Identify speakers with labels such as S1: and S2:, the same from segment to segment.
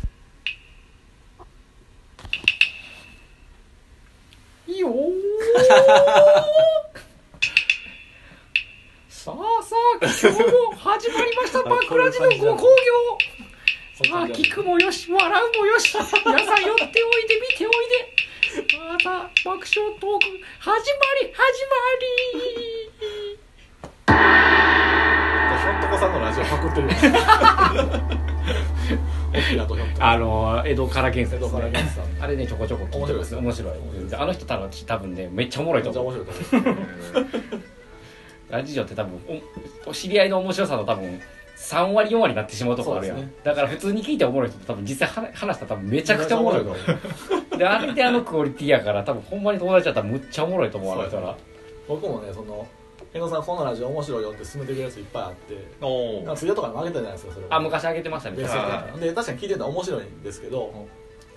S1: さあさあ今日も始まりましたバックラジのご好評さあ聞くもよし笑うもよし皆さん寄っておいで見ておいでまた爆笑トーク始まり始
S2: ひょんとこさんのラジオパクってるよ大きなとひょ
S1: ま
S2: んとこ
S1: りあの江戸から源
S2: 瀬戸から源さん
S1: あれねちょこちょこ聞いてます
S2: 面
S1: 面
S2: 白
S1: 白
S2: い
S1: いであの人多分多分ねめっちゃおもろいと
S2: めっちゃ
S1: 思
S2: 面
S1: う
S2: 白いと思う
S1: ラジオって多分おお知り合いの面白さの多分3割4割になってしまうとこあるやん、
S2: そうです
S1: だから普通に聞いておもろい人と多分実際話話したら多分めちゃくちゃおもろいと思う
S2: 思う
S1: であれであのクオリティやから多分ほんまに友達だったらむっちゃおもろいと思うあの人
S2: そう
S1: ら
S2: 僕もねその江野さんこのラジオ面白いよって勧めてくれるやついっぱいあって
S3: お
S2: なんかツイッターとかにも上げたじゃないですかそれを
S1: あ昔あげてましたね
S2: ベース
S3: は
S2: でで確かに聞いてたら面白いんですけど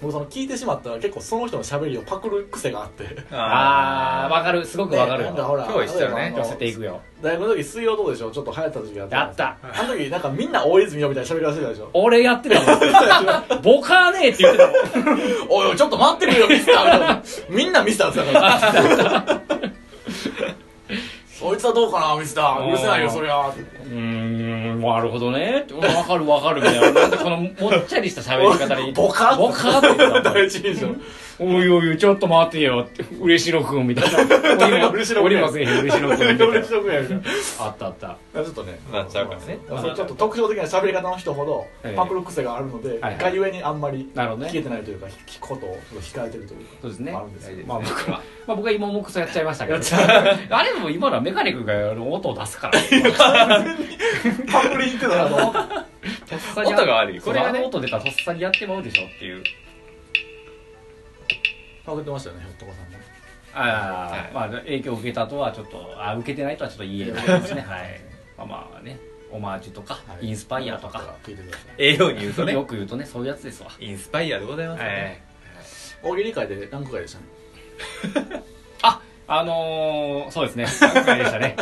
S2: 僕その聞いてしまったら結構その人の喋りをパクる癖があって
S1: あーわか
S3: る
S1: るすごくわかる
S2: ねなんか
S1: よ
S2: ほら
S3: 今日一緒よね
S2: 例え
S1: 寄
S2: ばあの
S1: せていくよ
S2: 大学の時水曜どうでしょうちょっと流行った時期があった
S1: やった
S2: あの時なんかみんな大泉洋みたいな喋り方してたでしょ
S1: 俺やってたもんボカーねえって言ってたもん
S2: おいおいちょっと待ってるよミスターみたいなみんなミスターって言ってたからそいつはどうかなミスター許せないよそりゃ
S1: うーんなるほどねってうんわかるわかるみたいななんでこのもっちゃりした喋り方に
S2: ボカッ
S1: ボカーって言ってたもん
S2: 第一印象
S1: おいおいおいちょっと待ってよって嬉しろくんみたい な
S2: 誰が嬉野君
S1: 俺
S2: や
S1: もせえへん嬉しろくんみたいな
S2: 嬉しろくんやみたいな
S1: あったあった
S2: ちょっとね
S3: なっちゃうからね
S2: それちょっと特徴的な喋り方の人ほど
S1: ええ
S2: パクる癖があるので、
S1: はいはい
S2: がゆえにあんまり
S1: なるほどね
S2: 聞けてないというか、聞くことを控えてるというか
S1: そうですね
S2: あるんですよ
S1: まあ僕は、まあ僕は今もくそやっちゃいましたけど。 あれも今のはメカニックが音を出すから。
S2: パクリってのはあの
S1: とっさに
S3: 音が悪い
S1: これがね、
S3: そう
S1: 音出たらとっさにやってまうでしょっていう。
S2: パクってましたよねひょっとこさんね
S1: ああ、まあ影響を受けたとはちょっと、あ受けてないとはちょっと言えないですね。はい。まあまあね、オマージュとか、インスパイアとか。
S2: 聞いてください
S3: ええように言うと
S1: よ
S3: ね
S1: く言うとね、そういうやつですわ。
S3: インスパイアでございますね
S2: 大喜利会で何個会でしたね
S1: あ、あのー、そう ですね。今回でしたね。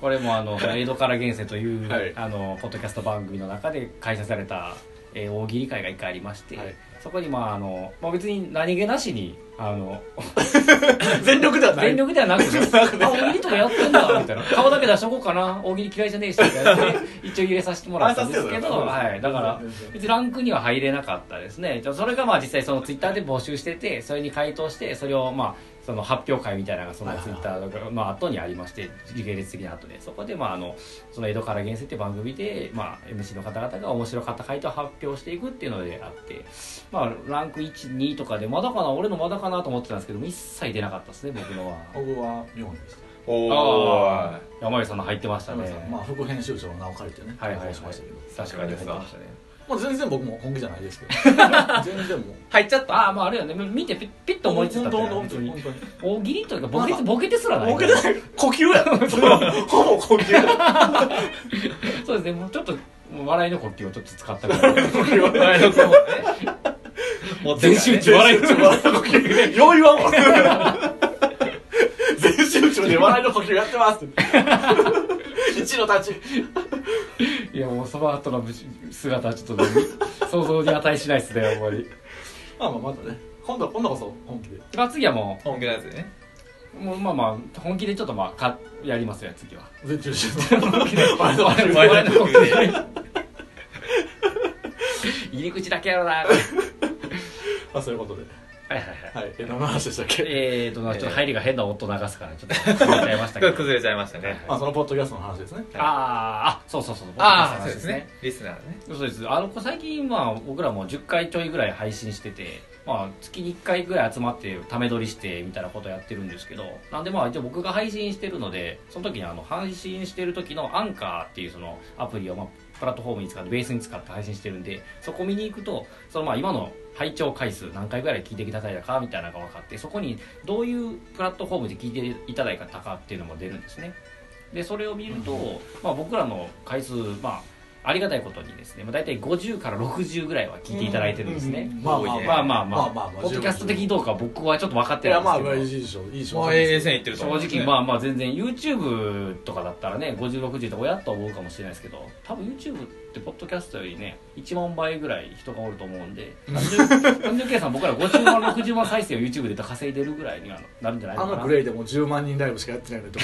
S1: これもあの、江戸から現世という、
S2: はい
S1: あの、ポッドキャスト番組の中で開催された、えー大喜利会が一回ありまして、
S2: はい
S1: そこにまああの、まあ、別に何気なしに、あの、
S2: 全力では ない
S1: 全力ではなくて、あ、大喜利とかやってんだ、 みたいな。顔だけ出しとこうかな、大喜利嫌いじゃねえし、みたいなね。一応入れさせてもらったんですけ
S2: 挨拶
S1: ど、
S2: 程度だ
S1: はい。だから、別にランクには入れなかったですね。じゃあそれがまあ実際そのツイッターで募集してて、それに回答して、それをまあ、その発表会みたいなのがその
S2: はいはい
S1: ツイ
S2: はい
S1: ッターとかの後にありまして、時系列的な後で、そこでまああの、その江戸から厳選っていう番組で、まあ MC の方々が面白かった回答を発表していくっていうのであって、まあランク1、2とかでまだかな、俺のまだかなと思ってたんですけど、一切出なかったですね、僕のは。
S2: 僕は日本でし
S3: お
S1: ああ山井さんの入ってましたたね
S2: まあ副編集長の名を借りてね
S1: はいはいはい
S2: 放送しましたけど
S1: 確かに入ってましたね
S2: まあ全然僕も本気じゃないですけど 全然もう
S3: 入っちゃった
S1: ああまああれよね見てピッピッと思いついたって
S2: 本当本当に
S1: ね
S2: 本当に
S1: 大喜利というかボケ
S2: まあ
S1: ボケですらない
S2: ボケてない呼吸やほぼ呼吸
S1: そうですねもうちょっともう笑いの呼吸をちょっと使ったぐらい
S3: 前の子もね持ってたね
S1: 全集中笑いの呼吸
S2: 余裕はもう全集中で笑いの呼吸やってます 一の立ち
S1: いやもうその後の姿はちょっとね想像に値しないですねあんまり
S2: まあまあまだね今度今度こそ本気で
S1: まあ次はも
S3: 本気のやつでね
S1: うもうまあまあ本気でちょっとまあかやりますよ次は
S2: 全集中で 笑いの呼吸
S3: 前の子で
S1: 入り口だけやろなはい
S2: まあそういうことで
S1: はいはい
S2: はいえ何の話でしたっけ
S1: えーと、ちょっと入りが変な音流すから、ちょっと忘れちゃいました けど。
S3: 崩れちゃいましたね
S2: まあそのポッドキャストの話ですね
S1: あーあ、そうそうそう。
S3: ああ
S1: 僕
S3: そ
S1: たちの話
S3: うですね。リスナーね
S1: そうです。あの、こう最近、まあ、僕らも10回ちょいぐらい配信してて、まあ、月に1回ぐらい集まって、ため撮りして、みたいなことやってるんですけど、なんでまあ、一応僕が配信してるので、その時にあの、配信してる時のアンカーっていうそのアプリを、まあ、プラットフォームに使って、ベースに使って配信してるんで、そこ見に行くと、そのまあ、今の拝聴回数何回ぐらい聞いていただいたかみたいなのが分かって、そこにどういうプラットフォームで聞いていただいたかっていうのも出るんですね。で、それを見ると、まあ、僕らの回数、まあ、ありがたいことにですね、まあ、大体50から60ぐらいは聞いていただいてるんですね。
S2: まあまあ
S1: まあまあまあ、
S2: まあまあまあ
S1: ポッドキャスト的にどうか僕はちょっと分かっ
S2: い
S1: てない
S2: や
S1: ん
S2: まあまあい
S1: で
S2: い
S1: す
S2: でしょういいでしょう
S3: もう ASN 行って
S1: け
S3: る
S1: ど、
S3: と思う
S1: 正直まあまあ全然 YouTube とかだったらね、50、60とかやっと思うかもしれないですけど、多分 YouTube っってポッドキャストよりね1万倍ぐらい人がおると思うんで 30, 30計算僕ら50万60万再生を YouTube で稼いでるぐらいにはなるんじゃない
S2: あ
S1: のか
S2: の
S1: な
S2: グレイでもう10万人ライブしかやってないのと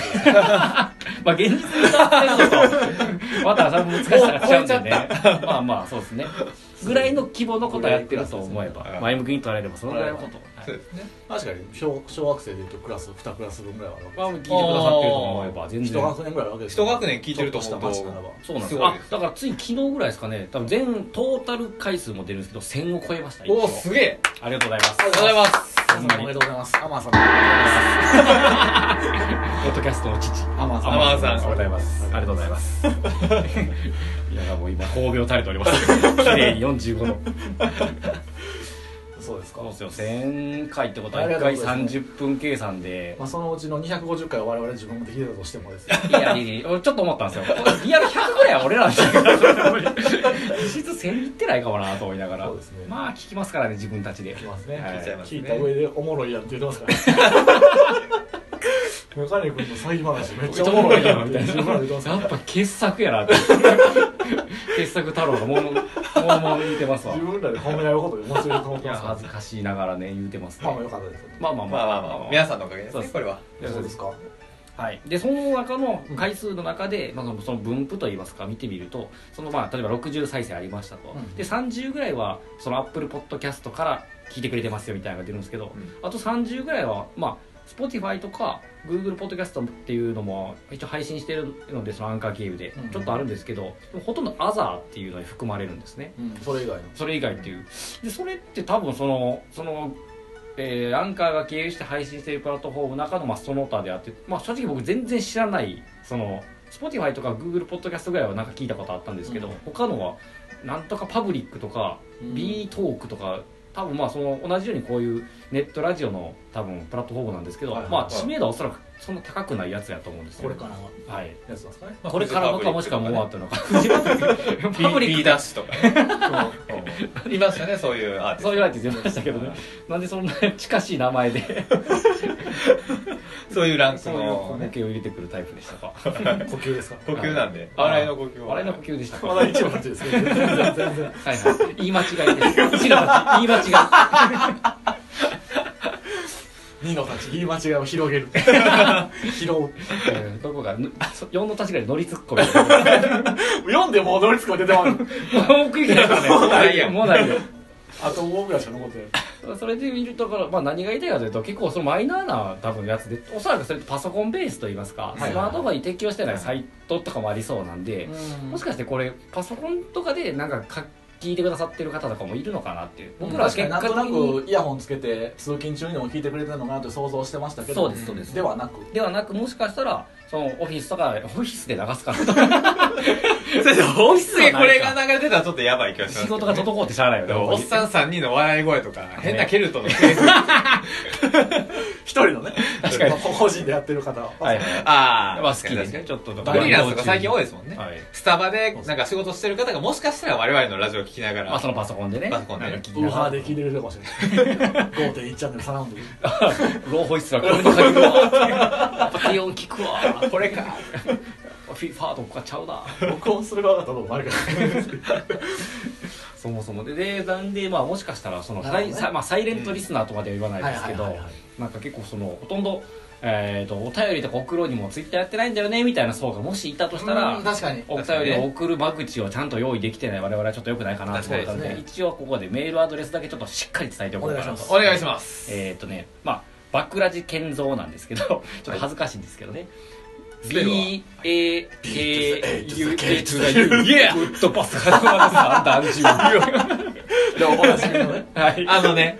S1: まあ現実に立ってるのと またそれ難しさが違うんでねまあまあそうですねぐらいの規模のことをやってると思え
S3: ぐらいのクラスです
S1: ば
S3: ね
S1: 前向きに捉えればそのぐらいのこと
S3: そうですね
S2: 確かに小小学生でいうとクラス2クラス分ぐらいはあるわけ
S1: まあ聞いてくださってると思えば全
S2: 一
S1: 然
S2: 学年ぐらいあるわけです
S3: 一学年聞いてると思う
S2: ちょ
S3: と
S2: っした町ならば
S1: そうなんです
S3: す
S1: よ
S3: ごい
S1: あ
S3: です
S1: だからつい昨日ぐらいですかね多分全トータル回数も出るんですけど1000を超えました一応
S3: おおすげえ
S1: ありがとうございます
S3: ありがとうございます
S2: 皆さんおめでとうございますアマンさんおめでとうございます
S1: ポッドキャストの父
S2: アマンさん
S3: アマンさん
S1: おめでとうございますありがとうございますいやもう今褒秒垂れております綺麗に45の
S2: そうですか
S1: そうですよ1000回ってことは
S2: あり
S1: 1
S2: がとう
S1: 回
S2: ございます
S1: 30分計算で
S2: まあ、そのうちの250回を我々自分で聞いたとしてもですね
S1: いやいや俺ちょっと思ったんですよ リアル100ぐらいは俺らなんだから実質1000いってないかもなと思いながら
S2: そうですね
S1: まあ聞きますからね自分たちで
S2: 聞きますね、
S1: はい
S3: 聞いちゃいます
S2: 聞
S3: ね
S2: いた上でおもろいやんって言ってますからねメカニ君の詐欺話めっちゃおもろいやんって自分らで言って
S1: や
S2: ま
S1: っ
S2: すか
S1: ぱ傑作やなって傑作太郎がもうもうもう言うてます
S2: ら
S1: わ
S2: 自分らで褒め合うことで面白いと思っ
S1: い
S2: て
S1: や
S2: ま
S1: 恥
S2: す
S1: ず
S2: か
S1: かしいながらね言うてます
S2: らまあまあ
S1: ね
S2: よかったですよね
S1: まあまあ
S3: まあまあまあ皆さんのおかげです
S1: そうで
S3: ね
S1: す
S3: これは
S2: そうですか
S1: はい、でその中の回数の中で、まあ、そのその分布といいますか見てみるとその、まあ、例えば60再生ありましたと、
S2: うん
S1: で30ぐらいはそのアップルポッドキャストから聞いてくれてますよみたいなのが出るんですけど、あと30ぐらいは、まあ、Spotify とか Google ポッドキャストっていうのも一応配信してるのでそのアンカー経由で
S2: うん
S1: ちょっとあるんですけど、でもほとんど「アザーっていうのに含まれるんですね。
S2: うんそれ以外の
S1: それ以外っていうでそれって多分そのその、えーアンカーが経由して配信しているプラットフォームの中の、まあ、その他であって、まあ、正直僕全然知らないその Spotify とか Google ポッドキャストぐらいはなんか聞いたことあったんですけど、
S2: うん
S1: 他のはなんとかパブリックとか、B トークとか多分まあその同じようにこういうネットラジオの多分プラットフォームなんですけど、
S2: はいはい
S1: まあ、知名度はおそらくそんな高くないやつやと思うんですよ
S2: これからの
S1: はい
S2: やつなんですかね
S1: これからのかもしくはもう終わったのかパブリッ
S3: B
S1: ク
S3: ダッシュとかねうんいましたねそういうアーティス
S1: そう
S3: ト
S1: 言われて言いましたけど ねなんでそんな近しい名前で
S3: そういうランク
S1: そういう
S3: の
S1: 呼吸を入れてくるタイプでしたか
S2: 呼吸ですか
S3: 呼吸なんで
S1: はい
S3: 笑いの呼吸
S1: 笑いの呼吸でしたか
S2: ま
S1: は
S2: だ一番ってですけど全然全然
S1: いはい 言い間違いです白たち言い間違い
S2: 二の立ち言い間違いを広げ る拾う
S1: えーどこか4の立ちぐらい乗りつっこみも
S2: 読んでもう乗りつく出てまう
S1: う食いけないですね
S3: もうないやん
S1: もうないよ
S2: あと5ぐらいしか残ってない
S1: それで見るところ、まあ、何が言いたいかというと結構そのマイナーな多分やつでおそらくそれってパソコンベースといいますか
S2: はいはい
S1: スマートフォンに適用してないサイトとかもありそうなんでもしかしてこれパソコンとかでなんかか聞いてくださってる方とかもいるのかなっていう僕らは
S2: 確か
S1: 結
S2: に
S1: 果
S2: なん
S1: 的
S2: とな
S1: に
S2: くイヤホンつけて通勤中にでも聞いてくれてたのかなと想像してましたけど
S1: そうですそうです
S2: ではなく
S1: ではなくもしかしたらそのオフィスとかオフィスで流すかなと
S3: 先生オフィスでこれが流れてたらちょっとやばい気がします
S1: 仕
S3: けどね
S1: 事が滞ってしゃあないよ
S3: で
S1: ね
S3: もおっさん3人の笑い声とか変なケルトのフレーズ
S2: 一人のね
S1: 確かに
S2: 個人でやってる方は
S1: はい
S3: ああ
S1: まあ好きで
S3: 確か
S1: ね
S3: に
S1: ちょっと
S3: フリーランスとか最近多いですもんね、
S1: はい
S3: スタバでなんか仕事してる方がもしかしたら我々のラジオ聞きながら、
S1: まあそのパソコンでね
S3: パソコンでね
S1: なんか聞
S2: ウ
S1: き
S2: ー
S1: なが
S2: ハ
S1: ら
S2: ー で聞いてくれてるかもしれ ない5.1チャンネルサラ ウンドで
S1: ローホイッスルはこれの鍵だわやっぱ低音聞くわ
S3: これか
S1: フィファーとかちゃうな
S2: 録音する側だったのもあるから
S1: そもそもででなんでまあもしかしたらその
S2: なるほどね
S1: サイさまあサイレントリスナーとまでは言わないですけ
S2: うん
S1: ど
S2: はいはいはいは
S1: なんか結構そのほとんどえーとお便りとか送ろうにもツイッターやってないんだよねみたいな層がもしいたとしたら
S2: うん確かに
S1: お便りを送る間口をちゃんと用意できてない我々はちょっとよくないかなと思ったので
S2: 確かにですね
S1: 一応ここでメールアドレスだけちょっとしっかり伝えておこうかな
S2: お願いし
S1: と
S2: ま
S3: お願いします
S1: えーっ、とねまあバクラジ健三なんですけどちょっと恥ずかしいんですけどね、
S3: スペルは
S1: B A K U K
S2: B
S1: to
S2: to
S1: the
S2: the
S1: U グッドパスカルマダスアンダンジ
S2: でもおなじみのね
S1: ュはい
S3: あのね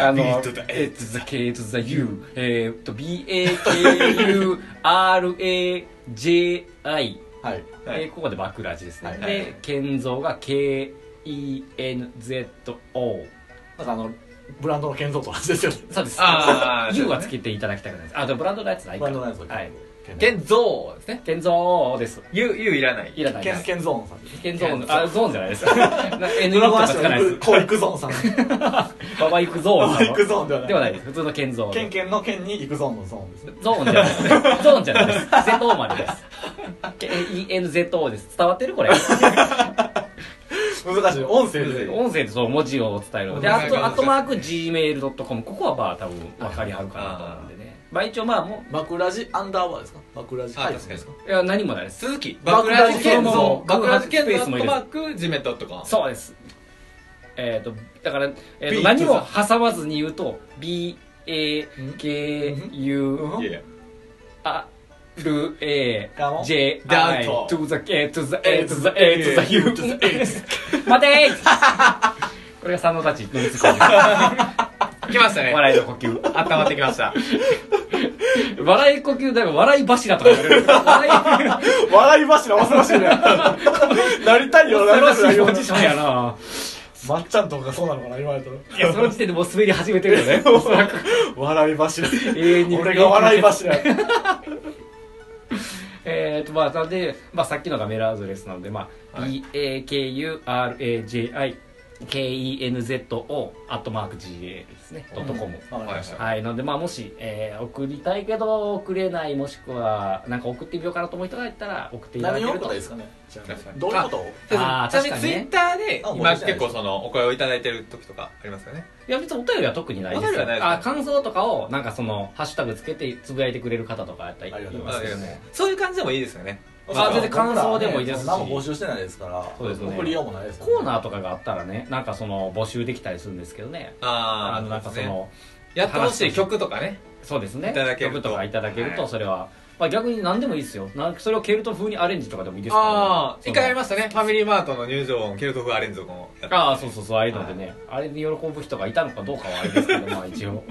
S1: あの
S3: B to the
S1: A to the K to the U えーっと B A K U R A J I
S2: はい
S3: はい
S1: えーここでバクラジですね、
S2: はい
S1: で健三が K E N Z O
S2: なんかあのブランドの建造と同じですよね
S1: そうです
S3: あー
S1: U はつけていただきたくないですあでもブランドのやつないか
S2: ブランドのやつ
S1: はい
S3: 現像ですね。
S1: 建造です
S3: ゆう、ゆういらない。
S1: いらない
S2: ケ
S1: で
S2: ン
S1: す
S2: ケンゾーンさん
S1: 建造のあゾーンじゃないです な N とかつかないです
S2: コイクゾーンさん
S1: ババイクゾーン
S2: コ
S1: さん
S2: イ
S1: の
S2: クゾーンではない
S1: ではないです普通の建造
S2: ケンケンのケンに行くゾーンのゾーンですね
S1: ゾーンじゃないですね。ゾーンじゃないです。ZO までです。KENZO です。伝わってるこれ。
S2: 難しい音声で
S1: 音声でそう文字を伝えるので、あと、あとマーク Gmail.com。ここはまあ多分分かりはるかなと思うんでね。まあ一応まあも
S2: 枕地アンダーバーですか枕地
S3: あ確かに
S1: う、いや何もないです。
S3: 鈴木、
S2: 爆
S3: 爆
S2: 弾
S3: ラジ建造、
S1: 爆
S3: 爆
S1: 弾
S3: ラ
S1: ス
S3: ジ
S1: ペ
S3: 建
S1: ー
S3: 造、
S1: ス
S3: ア
S1: も
S3: ッ
S1: いい
S3: ト
S1: です
S3: マーク、地面 .com。
S1: そうです。えっ、と、だから、えーと
S2: B
S1: 何も挟まずに言うと、B、A、K、U、
S2: うん
S3: いやいや。
S1: あ、る、え
S2: かも、
S1: J、
S3: ダ
S1: I、
S3: ウト
S1: to the K、to the A、to the A、to the U、to the X。待てーこれが佐野たちのりつこ
S3: 来ましたね。
S1: 笑いの呼吸
S3: 温まってきました。
S1: 笑い呼吸だから笑い柱とか言われる笑
S2: 笑い柱恐 ろしいねなりたい
S1: い
S2: よなりたく
S1: 恐
S2: な
S1: ろ
S2: い
S1: しい
S2: よ
S1: ポジションやな
S2: まっちゃんとかそうなのかな言われたら
S1: いやその時点でもう滑り始めてるよねおそらく
S2: 笑い柱
S1: 永遠に
S2: 俺が笑い柱や
S1: えーとまあなんで、まあ、さっきのがメールアドレスなので、まあ
S3: は
S1: BAKURAJI KENZO アットマーク GA ですねドットコム
S2: わかりました
S1: はい、なので、まあ、もし、えー送りたいけど送れないもしくはなんか送ってみようかなと思う人がいたら送っていただけ
S2: 何
S1: る
S2: を
S1: と
S2: 送ったらいいですかねじゃあ
S3: 確かに
S2: どういうことを
S1: あ
S3: ちな
S1: ー
S3: み
S1: 確
S3: に
S1: か
S3: ツ
S1: に
S3: イ
S1: ね
S3: ッターで
S2: あ面白い
S3: 今
S2: じゃない
S3: 結
S2: です
S3: 構
S2: か
S3: そのお声をいただいてる時とかありますよね
S1: いや別にお便りは特にないです
S3: お便りはないですか
S1: あ感想とかをなんかそのハッシュタグつけてつぶやいてくれる方とかやったり
S2: ありがとうご
S1: ま
S2: ざ
S1: す
S2: い
S1: け
S2: ま
S1: ど
S2: す
S1: ね
S3: そういう感じでもいいですよね
S1: あ全然感想でもいいですし
S2: 僕らはね何も募集してないですから
S1: そうですね
S2: 送りようもないです
S1: コー
S2: ー
S1: ナーとかがあったらねなんかその募集できたりするんですけどね
S3: あ
S1: あの
S3: あ
S1: なんかその
S3: やってほしい曲とかね
S1: そうですね
S3: いただけると
S1: 曲とかいただける
S3: は
S1: と
S3: い
S1: それは、まあ、逆に何でもいいですよなんかそれをケルト風にアレンジとかでもいいですからね
S3: ああ
S1: その
S3: 一回やりましたねファミリーマートの入場音ケルト風アレンジとかもやった
S1: ああそうそうそうああいうのでね、あれで喜ぶ人がいたのかどうかはあれですけ どまあ一応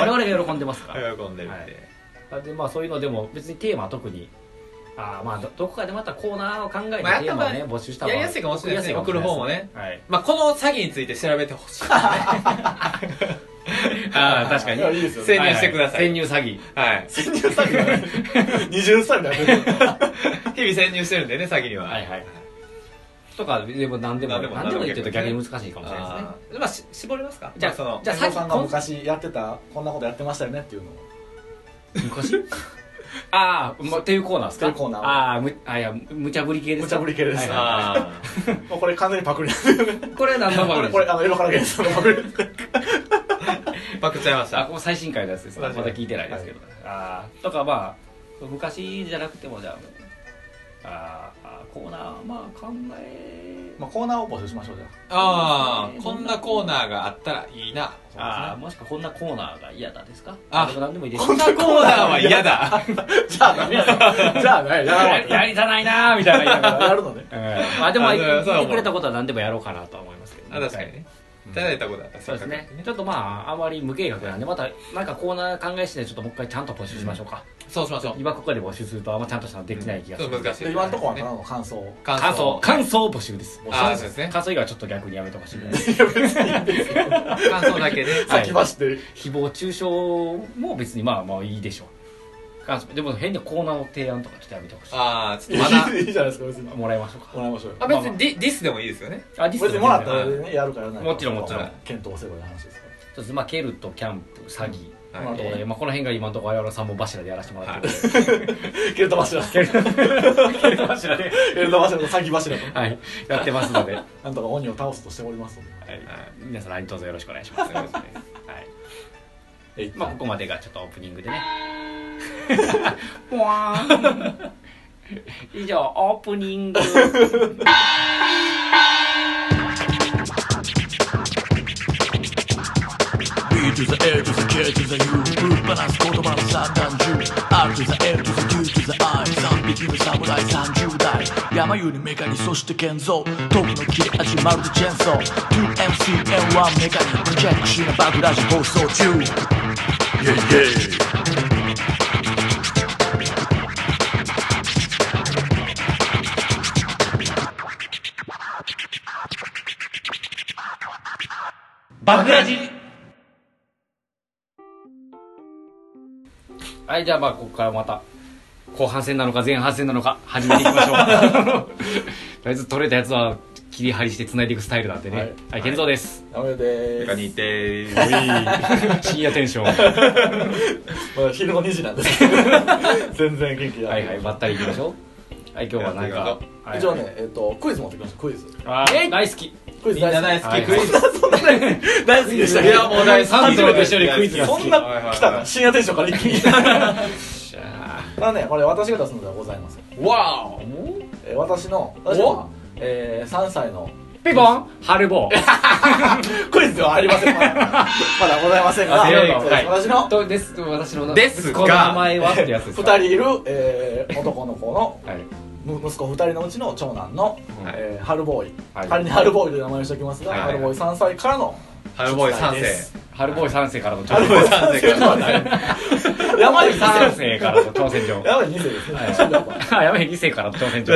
S1: 我々が喜んでますから、
S3: 喜んでるんで
S1: あでまあそういうのでも別にテーマは特にあーまあどどこかでまたコーナーを考えて
S3: まあ
S1: テーマをね
S3: やっ
S1: 募集した方
S3: や
S1: が
S3: りやすいかもしれないですね送る方もね
S1: はい
S3: まあこの詐欺について調べてほしいですね ああ確か
S2: い
S3: に
S2: やいいですよ
S3: 潜入してくだ
S1: はは
S3: さい
S1: 潜入詐
S3: はい
S2: 潜入詐欺だね二重詐欺だね
S3: 日々潜入してるんでね詐欺には
S1: 欺はいはいとかでも何でも
S3: 何でも
S1: 何でも言ってると逆に難しいかもしれないですね
S3: あーまあし絞りますか
S1: じゃあ
S3: まその
S1: じゃあ
S2: 健吾さ
S1: さ
S2: んが
S1: っき
S2: 昔やってたこんなことやってましたよねっていうのを
S1: 昔ああ、ま、っていうコーナーですか
S2: っていうコーナー
S1: ああむあいや無茶ぶり系ですか
S2: 無茶ぶり系です
S1: はいは
S3: あー
S2: もうこれ完全にパクリですよね
S1: いこれ何の番
S2: こ
S1: 組
S2: れ
S1: で
S2: これ
S1: す
S2: あのエロからゲームのパクリです
S3: パクっちゃいまし
S1: あ
S3: た
S1: これ最新回のやつですま
S3: 確かに
S1: だ聞いてないですけど、ああとかまあ昔じゃなくてもじゃああーあーコーナーまあ考え
S2: まあコーナーを募集しましょうじゃ
S3: ああこんなコーナーがあったらいいな
S1: ああもしくはこんなコーナーが嫌だですか
S3: あ
S1: でも何でもいいです
S3: こんなコーナーは 嫌だ
S2: あじゃあ何やじゃあ何やや
S1: や
S2: ら
S1: り やりたないなーみたいな言いながら
S2: やるの ね
S1: うんまあでも
S3: あそう
S1: 言
S3: そう
S1: ってくれたことは何でもやろうかなとは思いますけど
S3: あ確かにねいただいたことあったら
S1: そうですね
S3: せっかくなん
S1: ちょっとまああまり無計画なんでまたなんかコーナー考えしてちょっともう一回ちゃんと募集しましょうか、
S3: そうしましょう
S1: 今ここで募集するとあんまちゃんとしたのできない気がす
S3: ちょ
S1: る、
S3: っと難しい
S2: で今のところはただの感想を
S3: 感
S1: 感想
S3: 想
S1: 感想募集です
S3: あーそうですね
S1: 感想以外はちょっと逆にやめてほしいぐらい
S3: 感想だけで
S1: はい
S2: 先走ってる
S1: 誹謗中傷も別にまあまあいいでしょう感想でも変なコーナーの提案とか来てやめてほしい
S3: ああち
S2: い
S3: ょっ
S2: い
S3: とまだ
S2: いいじゃないですか別にも
S1: もらいましょうから
S2: いましょうよ
S3: あ別にディディスでもいいですよね
S1: あディス
S2: 別にもらったらねやるからない
S1: もちろんもちろん
S2: 検討すればいい話ですから
S1: そうですまあケルトキャンプ詐欺、
S2: まあ
S3: はい
S2: どう
S1: えーまあ、この辺が今のところ我々三本柱でやらせてもらってる、
S2: ケル ト柱ケル
S1: 三本柱で、
S2: ト柱と先柱と
S1: はい、やってますので、はい、
S2: なんとか鬼を倒すとしておりますので
S1: 皆さん何卒よろしくお願いします、はい
S2: えい
S1: まあ、ここまでがちょっとオープニングでね ぽわーん以上オープニング
S4: 山よりメカニそして建造トークの切れ味まるでチェーンソー 2MCN1 メカニプロジェクシーな爆ラジ放送中 Yeah, yeah.
S1: 爆ラジはいじゃあまあここからまた後半戦なのか前半戦なのか始めていきましょうとりあえず取れたやつは切り張りして繋いでいくスタイルなんでね
S2: は
S1: はいい、健三です、
S2: ダメで
S3: メカ
S2: ーす
S3: ニテ
S1: おい深夜テンションは
S2: まあ昼の2時な んですけど全然元気ない
S1: はいばったりいきましょうはい今日は何
S3: やっ
S1: か
S3: てい
S1: はい
S2: 一応ね、えっと、クイズ持ってきましたクイズ
S1: あー大好き
S2: クイ
S3: み
S2: ズ
S3: んな
S2: 大
S3: 大
S2: 好
S1: は
S2: き
S3: 好き
S1: い
S3: クイズ
S2: 大好きでした
S3: いやもう大好き
S1: 三条と一緒にクイズが好き
S2: そんな来たな深夜テンションから 一気にまあねこれ私が出すのではございません、
S3: わお
S2: えー私の私は、えー、3歳の
S1: ピンポン春棒
S2: クイズではありま せんまだまだございませんが、
S1: あ
S3: せーの
S2: そうです
S3: はい
S2: 私の
S1: とです私の
S3: ですが
S1: この名前はってやつです
S2: 2人いる、えー男の子の
S1: はい
S2: む息子2人のうちの長男の、
S1: はい
S2: えー、春ボーイ、
S1: はい
S2: 仮に春ボーイという名前にしておきますが、
S1: はいはい
S2: 春ボーイ3歳からの
S3: ハルボーイ
S2: 三
S3: 三
S2: 世
S3: 世
S1: 春ボーイ三世からの挑
S2: 春ボーイ
S1: 戦
S2: 3世からはない 山口
S1: 三
S2: 2世
S1: 世からの挑戦状
S2: 山口2世ですね、
S1: あやばい2世からの挑戦状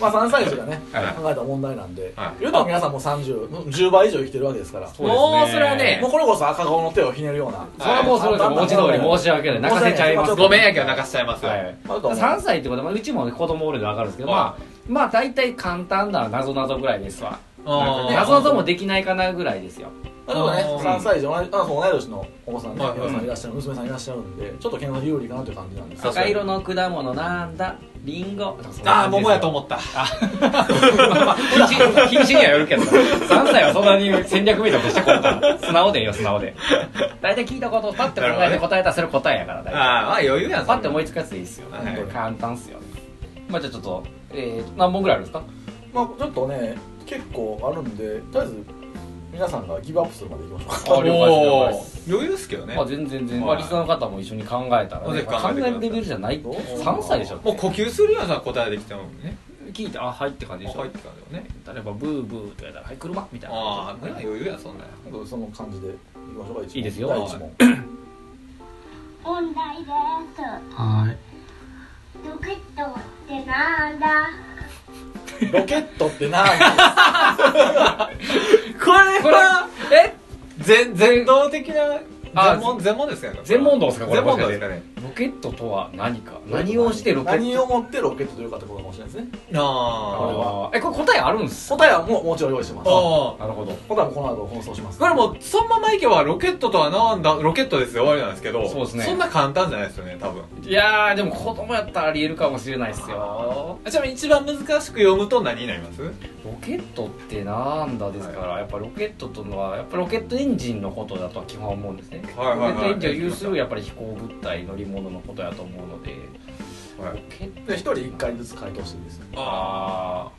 S2: まあ3歳児がね、
S1: はい
S2: 考えた問題なんで、
S3: はい
S2: 言うと皆さんも30、10倍以上生きてるわけですから、
S1: うですね
S3: もうそれはね
S2: もうこれこそ赤子の手をひねるような、
S1: それはもうそれで文字通り申し訳ない泣かせちゃいます
S3: ごめんやけど泣かしちゃいますよ
S1: はい
S2: まあどうも
S1: 3歳ってことはうちもね子供おるで分かるんですけどま
S3: は
S1: あまあ大体簡単な謎々ぐらいですわ
S3: あー
S1: なぞなぞもできないかなぐらいですよ
S2: 例えばね、
S3: うん
S2: 3歳児、同じあそう同い年のお子さんね、
S3: はい
S2: 皆さんいらっしゃる、娘さんいらっしゃるんで、ちょっと検索有利かなという感じなんです
S3: 確か
S1: 赤
S3: に
S1: 色の果物なんだリンゴとかそんな
S3: ああ
S1: 感じですよ
S3: 桃やと思った
S1: 品 種品種にはよるけど3歳はそんなに戦略見たとしてこんから素直でいいよ素直で大体聞いたことをパッて考えて答えたらそれ答えやから大体
S3: あーまあ余裕やん
S1: パッて思い
S3: つ
S1: つくやつでいいっすよ、
S3: はい
S1: 本当に簡単っすよまあじゃあちょっと、えー、何本ぐらいあるんですか
S2: まあちょっとね、結構あるんで、とりあえず皆さんがギブアップするまでいきましょう
S1: あ
S3: お
S1: 了解です了解
S3: ー
S1: です
S3: 余裕っすけどね
S1: まあ全然全然、
S3: はい
S1: まあ、リスナーの方も一緒に考えたら、ね、考
S3: まあ考えてください
S1: えるレベルじゃない
S2: どう
S1: 3歳でしょ
S3: もう呼吸するような答えできたもんね
S1: 聞いてあはいって感じでしょ
S3: 入ってたんだよね
S1: 例えばブーブーって言われたらはい車みたいな
S3: ああ
S1: 感じ
S3: 余裕やそんな
S2: か。なんかその感じでいきましょうか、一問
S1: いいですよ
S2: 第一問。
S5: 問題です
S4: はい
S5: ロケットってなんだ
S2: ロケットってなん
S3: これ
S1: これえ
S3: 全全道的な
S1: あ
S3: 全問全問ですかね
S1: 全問答ですかこれ
S3: 全問答ですかね
S1: ロケットとは何か何をしてロケット
S2: 何を持ってロケットというかってことかもしれないですね。
S1: これ
S3: あ
S1: はえこれ答えあるんです
S2: 答えはもうもちろん用意してます。
S3: あ
S2: 答
S3: あ
S1: な
S3: あ
S1: るほど
S2: えはもうこの後放送します。
S3: これもうそのままいけばロケットとはなんだロケットですよ終わりなんですけど
S1: そうですね
S3: んな簡単じゃないですよね多分
S1: いやーでも子供やったらありえるかもしれないっすよ
S3: あちなみに一番難しく読むと何になります
S1: ロケットってなんだですから、やっぱロケットというのはやっぱロケットエンジンのことだとは基本は思うんですね、
S3: はいはいはい
S1: ロケットエンジンを有するやっぱり飛行物体乗り物のことやと思うので
S3: は
S1: ロケット
S2: で、一人一回ずつ回答していいですよ。
S1: あ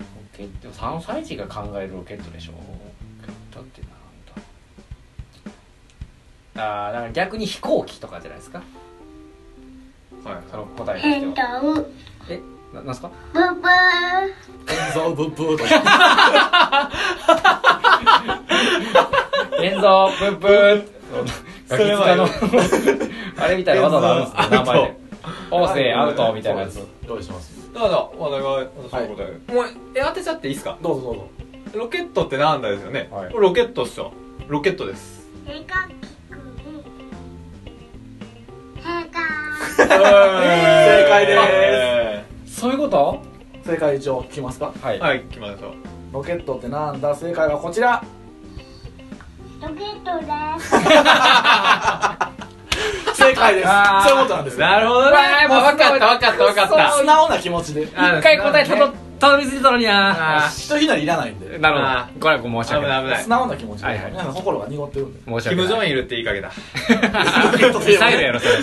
S1: ーロケット3歳児が考えるロケットでしょロケットってなんだあーだから逆に飛行機とかじゃないですか
S3: はい
S1: その答えと
S5: え
S1: して
S5: っと
S1: はえななんすか
S5: ブーブー
S2: 天蔵ブッブーとか。
S1: 現像ブンブンガ
S3: そ
S1: キ
S3: れは
S1: 使のあれみたいなわざわざあるんですね名前で音声アウトみたいなやつ
S2: そうです用意してます。
S3: だから話題が私の答え、もうえ当てちゃっていいですか
S2: どうぞどうぞ。
S3: ロケットってなんだですよね、
S1: はい
S3: これロケットっすよロケットです
S5: 絵描きくん絵描
S3: 正解
S2: です
S1: そういうこと
S2: 正解一応聞きますか
S1: はい
S3: はい決まりましょう
S2: ロケットってなんだ正解はこちら
S5: ロケットです
S2: 正解です
S1: あー
S2: そういうことなんですよ
S3: なるほどね
S1: わーもう
S3: 分かった分かった分かった
S1: ほど
S2: 素直な気持ちで
S3: あ
S1: 一回答えたど
S3: ね
S1: たどり着いたのにな
S3: あ
S2: 一ひなりいらないんで
S1: な
S3: あ
S1: るほどこれはもう申し
S3: 危
S1: 訳ない
S3: ない危ない
S2: 素直な気持ちで、
S1: はいはい
S2: 皆さん心が濁ってるんで
S1: 申し
S3: キ
S1: 訳
S3: ム・ジョ
S1: な
S3: ン
S1: い
S3: いるって言いかけた
S1: ミサイルやろそれ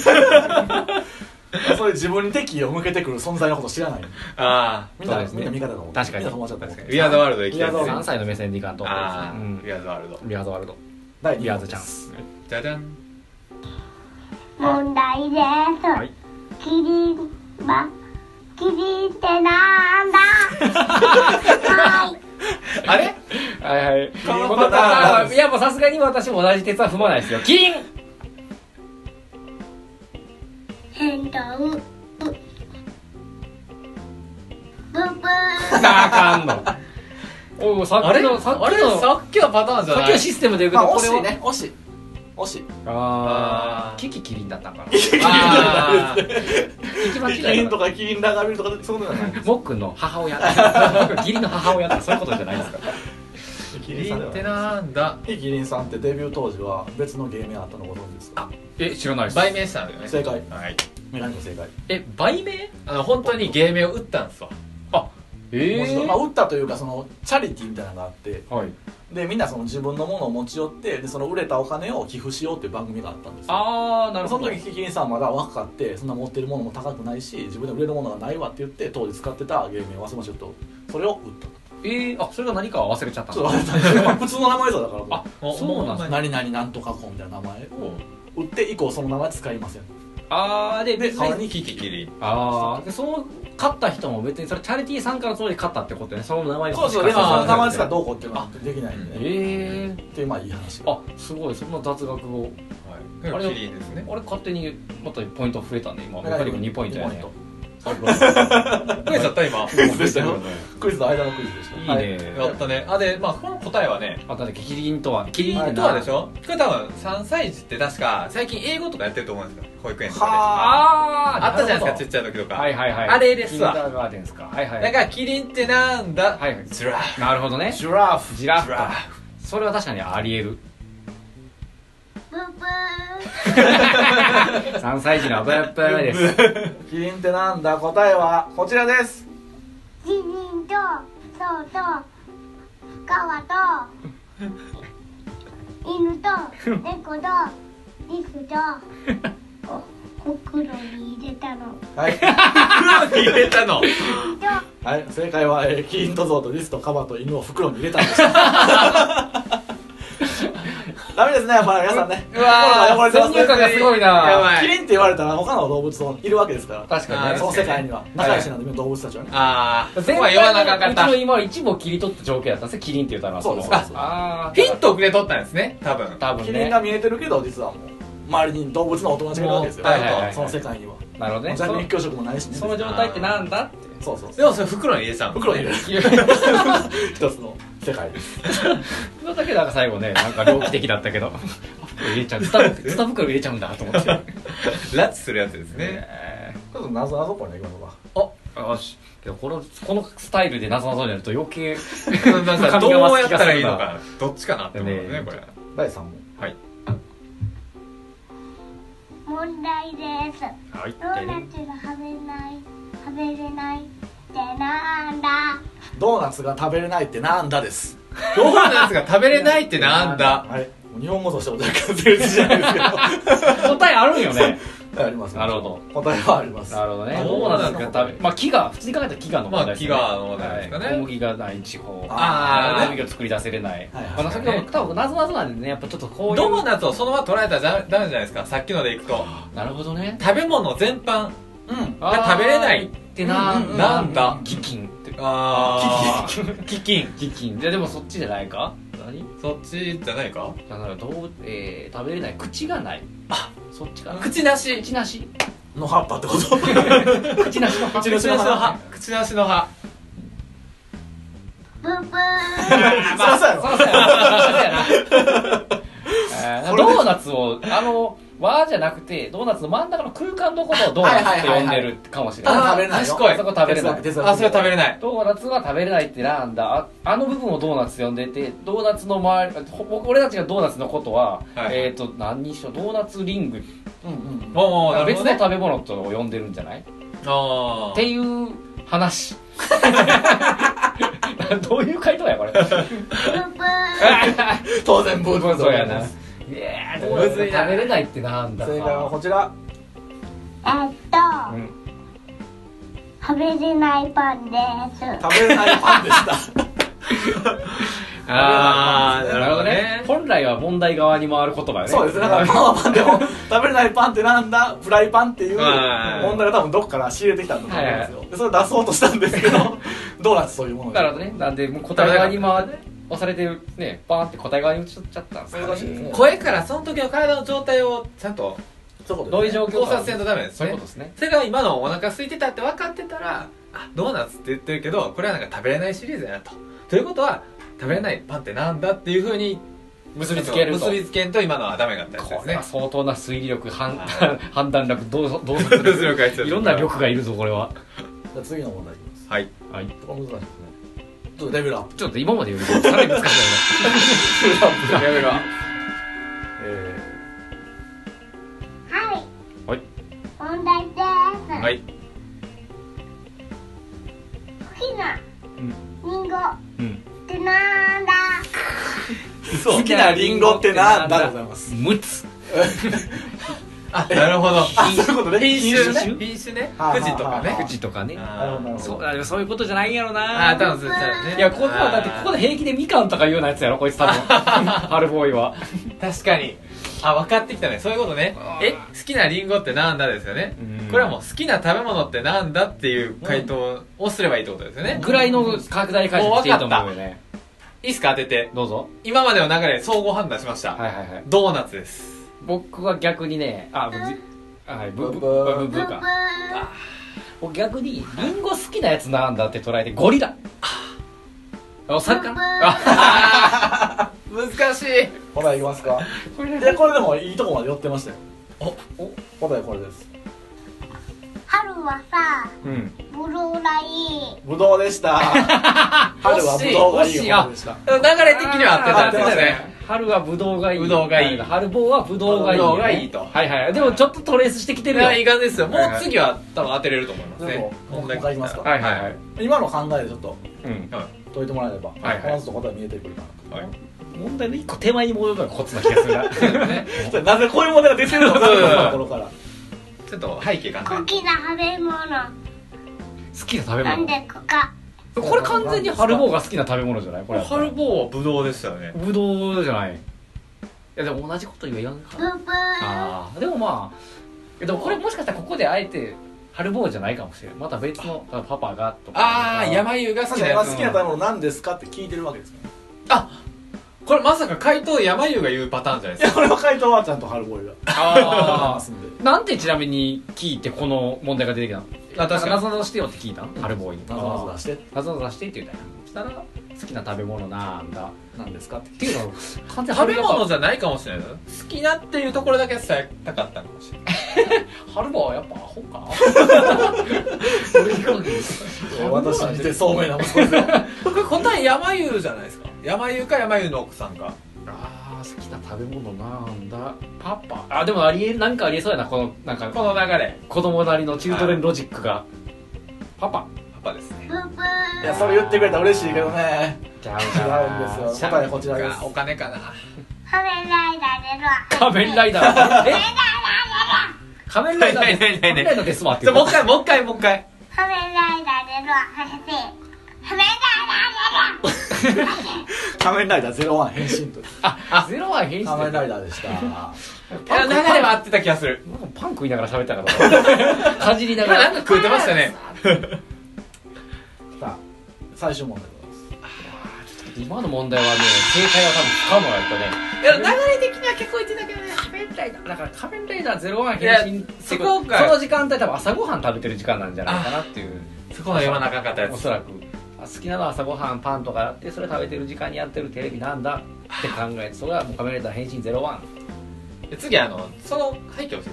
S2: そういう自分に敵意を向けてくる存在のこと知らない
S3: あ
S2: みんな、
S1: そうですね
S2: みんな味方だと思う
S1: 確かに
S2: みんな友達だと
S3: あ確
S2: 思
S3: か
S2: う
S3: にウィアードワールド行きた
S2: ウィア
S3: い
S2: ードワールド
S1: 3歳の目線でいかんと
S3: ああ、
S1: うん
S3: ウィアードワールド
S1: リハードワールド
S2: 第
S1: リハー
S2: 問
S1: ドチャンス
S3: じゃじゃん
S5: 問題です、
S1: い
S5: キリンはキリンってなんだはい
S3: あれ
S1: はいはい
S3: この
S1: このパ
S3: パターン
S1: ターンはいやもうさすがに私も同じ鉄は踏まないですよキリン
S5: 変動ブーブー
S1: あかんのおうさっきのさっきの
S3: っきのパターン
S1: さっきのシステムで言うけ
S2: ま
S1: ど
S2: あ
S1: こ
S2: 惜
S1: れ
S2: し
S1: はい
S2: ね惜しい
S6: 惜しい
S1: ああ
S3: あー
S1: キキキリンだったんかな
S3: あー
S1: 一番
S6: キリ
S1: 嫌い
S6: ンと
S1: な
S6: かキリンラガビルとかそういうのじゃない
S1: もっくんの母親僕義理の母親とかそういうことじゃないですか
S6: キ
S3: キ
S6: リン
S3: リ
S6: さん
S3: ンっ
S6: ではな
S3: て
S6: い
S3: なんだ
S2: キキリンさんってデビュー当時は別の芸名あったのご存知ですか
S1: え知らないです
S3: 売名したんだよね
S2: 正解
S3: はい
S2: メガネの正解、
S1: え売名
S3: あの本当に芸名を打ったんですわ
S2: もう一度
S1: え
S2: まあ、打ったというかそのチャリティーみたいなのがあって
S1: ー、はい
S2: でみんなその自分のものを持ち寄ってでその売れたお金を寄付しようっていう番組があったんですよ
S1: ああなる
S2: そ
S1: ほ
S2: の
S1: ど
S2: 時キキリンさんはまだ若かってそんな持ってるものも高くないし自分で売れるものがないわって言って当時使ってた芸名忘れましょうとそれを売った
S1: えー、あそれが何か忘れちゃった
S2: ち
S1: ん
S2: ょっと
S1: だ
S2: 忘れたんですけど まあ普通の名前さだから
S1: あ
S2: も
S3: も
S1: そうなん
S3: も
S1: だ
S2: う
S3: ほま
S2: 何
S3: に
S2: 々なんとかこうみたいな名前
S3: もう
S2: 売って以降その名前使いません
S1: ああで
S2: で
S1: 別
S2: 代わ
S1: に
S2: りにキ
S3: キ
S2: キ
S3: キ
S2: リン
S3: キリン
S1: ああでその勝った人も別にそれチャリティーさんからそれで勝ったってことねその名前が
S2: そうそう
S1: 欲
S2: で
S1: し
S2: も
S1: かっ
S2: そ
S1: た
S2: の名前使どうこうっていうのはできないんで、ね、
S1: え
S2: っていうまあいい話
S1: えー、あすごいそんな雑学をあれ
S3: キリンですね
S1: 俺勝手にまたポイント増えたね今メ
S2: メガ
S1: カリ
S2: ネ君
S1: 君2ポイントやね
S3: クイズだった今
S2: クイズでしたよクイズの間のクイズでした
S1: いい
S2: はい
S1: ね、
S3: やったねあでまあこの答えはね
S1: あとねキリンとはキリンっ
S2: は
S1: て
S2: い
S3: と
S1: な
S3: はでしょこれ多分3歳児って確か最近英語とかやってると思うんですよ保育園とかで
S2: は
S1: ああ
S3: あったじゃないですかち
S1: る
S3: っちゃい時と
S1: ほ
S3: か、
S1: どはいはいはい
S3: あれですわ
S1: キンダーガーデンですかはいはい
S3: だからキリンってなんだ、
S1: はいはい
S3: ずらー
S1: なるほどね
S2: ジュラフ
S1: ジラ
S3: ず
S1: フ
S3: ら
S1: か
S3: ー
S1: それは確かにありえる
S5: ブブー。
S1: 3歳児のアブラップです
S2: キリンってなんだ答えはこちらです
S5: ジニンと、そうと、カワと、犬と、猫と、リスと、お袋に入れたの。
S2: はい
S3: 入れたの
S5: と、
S2: はい、正解は、えー、キリンとゾウとリスとカバと犬を袋に入れたんでした。ダメですね、やっぱり皆さんね。
S3: うわ
S2: 心が汚
S3: ー
S2: れてますね
S1: 先入観がすごいな
S3: やば
S2: キ
S3: い
S2: リンって言われたら他の動物もいるわけですから。
S1: 確かに
S3: あー
S2: そ
S1: ね
S2: の世界には仲良しなんで、動物たちはね。
S3: ああそ
S1: 前
S3: こは
S1: 回
S3: 言わなあかんかっ
S1: う
S3: た
S1: ちの今は一部を切り取った条件だったんですねキリンって言ったのは
S2: そう
S1: の
S2: ですそうです
S1: ああ
S3: ヒントをくれとったんですね多分
S1: 多分
S2: キリン
S1: ね
S2: が見えてるけど、実はもう、周りに動物のお友達がいるわけですよ。
S3: もうはいはい
S1: はい
S2: その世界には。
S1: なるほどね
S2: ジ
S1: そ
S2: ャン
S1: の
S2: ル教食もないしね。
S1: その状態ってなんだって
S2: そうそうそ
S3: で
S2: う。
S3: もそれ袋に入れたの
S2: 袋に入れる
S1: そ
S2: 一つの世界です。
S1: れだけなんか最後ねなんか猟奇的だったけ ど入れちゃうツタツタ袋入れちゃうんだと思って
S3: ラッチするやつです ね
S2: ちょっと謎謎これね、今のは。
S1: あよしけどこのこのスタイルでなぞなぞになると余計
S3: うんなんかどうやったらいい
S1: 髪が
S3: のかどっちかなって思うね
S1: ね
S3: これ
S2: 第3問。
S3: はい
S5: 問題です。
S1: はい
S5: ドーナツが食べない、食べれないってなんだ
S2: ドーナツが食べれないってなんだです。
S3: ドーナツが食べれないってなんだ
S2: はい、日本語としても若干成立しないですけど
S1: 答えあるんよね
S2: あります
S1: なるほど
S2: 答えはあります
S1: なるほどね
S3: どうなんです
S1: 食べまあ飢餓普通に考えたら飢餓の問題ですよね
S3: まあ飢餓の問題ですかね
S1: はい小麦がない地方
S3: あー
S1: 小麦を作り出せれない
S2: はいはい
S1: まあ先ほど多分なぞなぞなんでねやっぱちょっとこういう
S3: ドーナツをそのまま捉えたらダメじゃないですかさっきのでいくと
S1: なるほどね
S3: 食べ物全般
S2: うん
S3: が食べれない
S1: あーってな
S3: うんうんうん
S1: ん
S3: なんだ
S1: 飢饉って
S3: ああ
S1: 飢饉飢饉いやでもそっちじゃないか何
S3: そっちじゃないか
S1: だからどう、えー、食べれない口がないあそっちかな
S3: 口なし
S1: 口なし
S2: の葉っぱってこと
S1: 口なしの
S3: 口なしの葉口なしの葉
S5: ブブー。
S2: まあ、そうやろ
S1: そうそう やなえードーナツをあの和じゃなくてドーナツの真ん中の空間のことをドーナツって呼んでるかもしれ
S2: た
S1: ない
S2: だ
S3: あ
S2: 食べれないよ
S3: 賢い
S1: そこ食べれない
S2: 哲学
S3: あそれは食べれない
S1: ドーナツは食べれないってなんだああの部分をドーナツ呼んでてドーナツの周りほ僕俺たちがドーナツのことは、
S3: はい
S1: えっ、と何にしようドーナツリング
S2: うんうん
S3: もうなる
S1: 別
S3: ほど
S1: の
S3: ね
S1: 食べ物と呼んでるんじゃない
S3: あ
S1: っ
S3: ー
S1: ていう話 どういう回答やこれ
S5: ブブー。
S2: 当然ブーブー
S1: そうやなえー、
S3: むずいな
S1: 食べれないってなんだ
S2: 正解はこちら
S5: えっと、食べれないパンです。
S2: 食べれないパンでした
S3: あー
S1: な
S3: なる
S1: る
S3: ほ
S1: ほ
S3: ど
S1: ど
S3: ね
S1: ね本来は問題側に回る言葉よね
S2: そうですねだからパンはパンでも食べれないパンってなんだフライパンっていう
S3: はい
S2: 問題が多分どっから仕入れてきたんだと思うんですよでそれを出そうとしたんですけどドーナツというものに
S1: なるほどねなんでもう答え側に回押されてねバーンって答え側に移っちゃったんですか
S2: 難しいですね
S3: 声からその時の体の状態をちゃんと
S2: そういうこ
S1: ど
S2: と
S1: ういう
S2: ですね
S1: 状況
S3: 考察せんとダメです
S1: そういう
S3: ね
S1: ことですね
S3: それが今のお腹空いてたって分かってたらあドーナツって言ってるけどこれはなんか食べれないシリーズやなとということは食べれないパンってなんだっていうふうに
S1: 結びつけると
S3: 結びつけんと今のはダメだったやつで
S1: こ
S3: す
S1: れ
S3: ね
S1: は相当な推理力判
S3: あ
S1: 判断力洞洞察 力
S3: 力が必要
S1: いろんな力がいるぞこれは
S2: じゃあ次の問題いきます
S3: はい
S1: はい
S2: これ難しいですねちょっとレベルアップ
S1: ちょっと今までよりもさらに難しい
S3: レベルが
S2: え
S5: はい
S1: はい
S5: 問題です
S3: は
S5: 好
S3: い
S5: きな
S1: うん
S5: リンゴっ
S1: うん
S5: てなんだ
S2: ー好きなリンゴってなんだでございます
S1: むつ
S3: あなるほど
S2: あそういうことね
S3: 品種
S1: 品種
S3: ね品種ね
S2: はい
S3: 富士とか
S2: はいは
S3: ね
S1: 口とかね
S2: なるほどなるほ
S1: そ
S2: ど
S1: うあでもそういうことじゃないんやろな
S3: あー多分そうだよね
S1: いやここはだってここで平気でみかんとか言うようなやつやろこいつ多 分春ボーイは
S3: 確かにあ分かってきたねそういうことねえ好きなリンゴってなんだですよね
S1: うん
S3: これはもう好きな食べ物ってなんだっていう回答をすればいいってことですよね
S1: ぐらいの拡大解釈していいと思うよね
S3: いいですか当てて
S1: どうぞ
S3: 今までの流れで総合判断しました
S1: はいはいはい
S3: ドーナツです
S1: 僕は逆にねあぶじあはいブブブ
S2: ブー
S1: ブブー
S5: ブーブー
S1: か僕逆にリンゴ好きなやつなんだって捉えてゴリラお魚あ
S3: 難しい
S2: 答えいきますか
S1: これ
S2: いやこれでもいいとこまで寄ってましたよ
S1: おお
S2: 答えこれです
S5: 春はさ
S1: うん
S5: ブルーライ
S2: ぶどうで した春はぶどうがいい方でした
S3: 流れ的には合ってたんですね
S1: 春はブドウがいい
S3: ぶどうがいい
S1: 春棒はブドウがいい、
S3: ぶどうがいいと
S1: はいはいでもちょっとトレースしてきて
S3: い
S1: るよ
S3: やいい感じですよもう次は多分当てれると思います
S2: で
S3: ね
S2: も
S3: こんだけ
S2: 他いきますか
S1: はいはいはい、
S2: 今の考えでちょっと
S1: うん、
S2: 解いてもらえればお
S1: はいはい
S2: のずと答え見えてくるかな
S3: はい
S1: 問題の一個手前に戻るのがコツな気がするな
S2: ちょっとなぜこういう問題が出てるのか
S3: そうそうそう
S2: この頃から
S3: ちょっと背景が
S5: 好
S3: ね
S5: きな食べ物
S1: 好きな食べ
S5: なん
S1: 物
S5: でこか
S1: これ完全に春棒が好きな食べ物じゃないこれ
S3: 春棒はブドウでしたよね
S1: ぶどうじゃないいやでも同じこと言えやんか
S5: ブーブー
S1: ああでもまあでもこれもしかしたらここであえて春棒じゃないかもしれないまた別のあパパがとか
S3: あー山湯が好
S2: 確
S3: き
S2: か
S3: な
S2: に今
S3: や
S2: 好
S3: つ
S2: きな食べ物何ですかって聞いてるわけですからね
S3: これまさか回答山優が言うパターンじゃない
S2: い
S3: です
S2: や
S3: か
S2: これは回答はちゃんと春ボーイが
S1: あ
S2: ますんで
S1: ーなんてちなみに聞いてこの問題が出てきたの
S3: あ確かに
S1: 謎々してよって聞いたの春棒に
S2: なぞなぞ出して
S1: 謎々出してって言ったよそしたら好きな食べ物なんだっ
S2: 何ですかって聞い
S1: ていうのを完全に
S3: 食べ
S1: 春棒
S3: 物じゃないかもしれないよ好きなっていうところだけ伝えたかったのかもしれない
S1: 春棒はやっぱアホか
S2: て私にて聡明な 息子ですよ
S3: これ答え山優じゃないですか山優か山優の奥さんか
S1: あー好きな食べ物なんだパパあでもありえなんかありえそうやなこのなんか
S3: この流れ
S1: 子供なりのチュートレンロジックがパパ
S3: パパですね
S5: ブーブー
S2: いやそれ言ってくれたら嬉しいけどね
S1: ちゃう
S2: 違うんですよ答えこちらです
S3: お金かな
S5: 仮面ライダーでの
S1: 仮面ライダーえ仮面ライダーです仮面ライダーですわって
S3: じゃ
S1: 言
S3: あ
S1: う
S3: もう一回もう一回もう一回
S5: 仮面ライダーでの話仮面ライダーでの
S2: 仮面ライダーゼロワン変身という
S1: あゼロは変身
S2: 仮面ライダーでした
S3: いや流れは合ってた気がする
S1: なんかパン食いながら喋ったから かじりな
S3: こ
S1: が
S3: れな
S1: ら
S3: んか食うてましたね
S2: さあ最終問題でございます
S1: 今の問題はね正解は多分不可能やったね
S3: いや流れ的には結構言ってたけどね
S1: 仮面ライダーだから仮面ライダーゼロワン変身って
S3: いやそ
S1: こ
S3: こ
S1: と
S3: が
S1: その時間帯多分朝ごはん食べてる時間なんじゃないかなっていう
S3: そこの山中かったや
S1: お
S3: つ
S1: そらくあ好きなのは朝ごはんパンとかあってそれ食べてる時間にやってるテレビなんだって考えてそれはもう仮面ライダー変身ゼロワン
S3: で次あのその背景教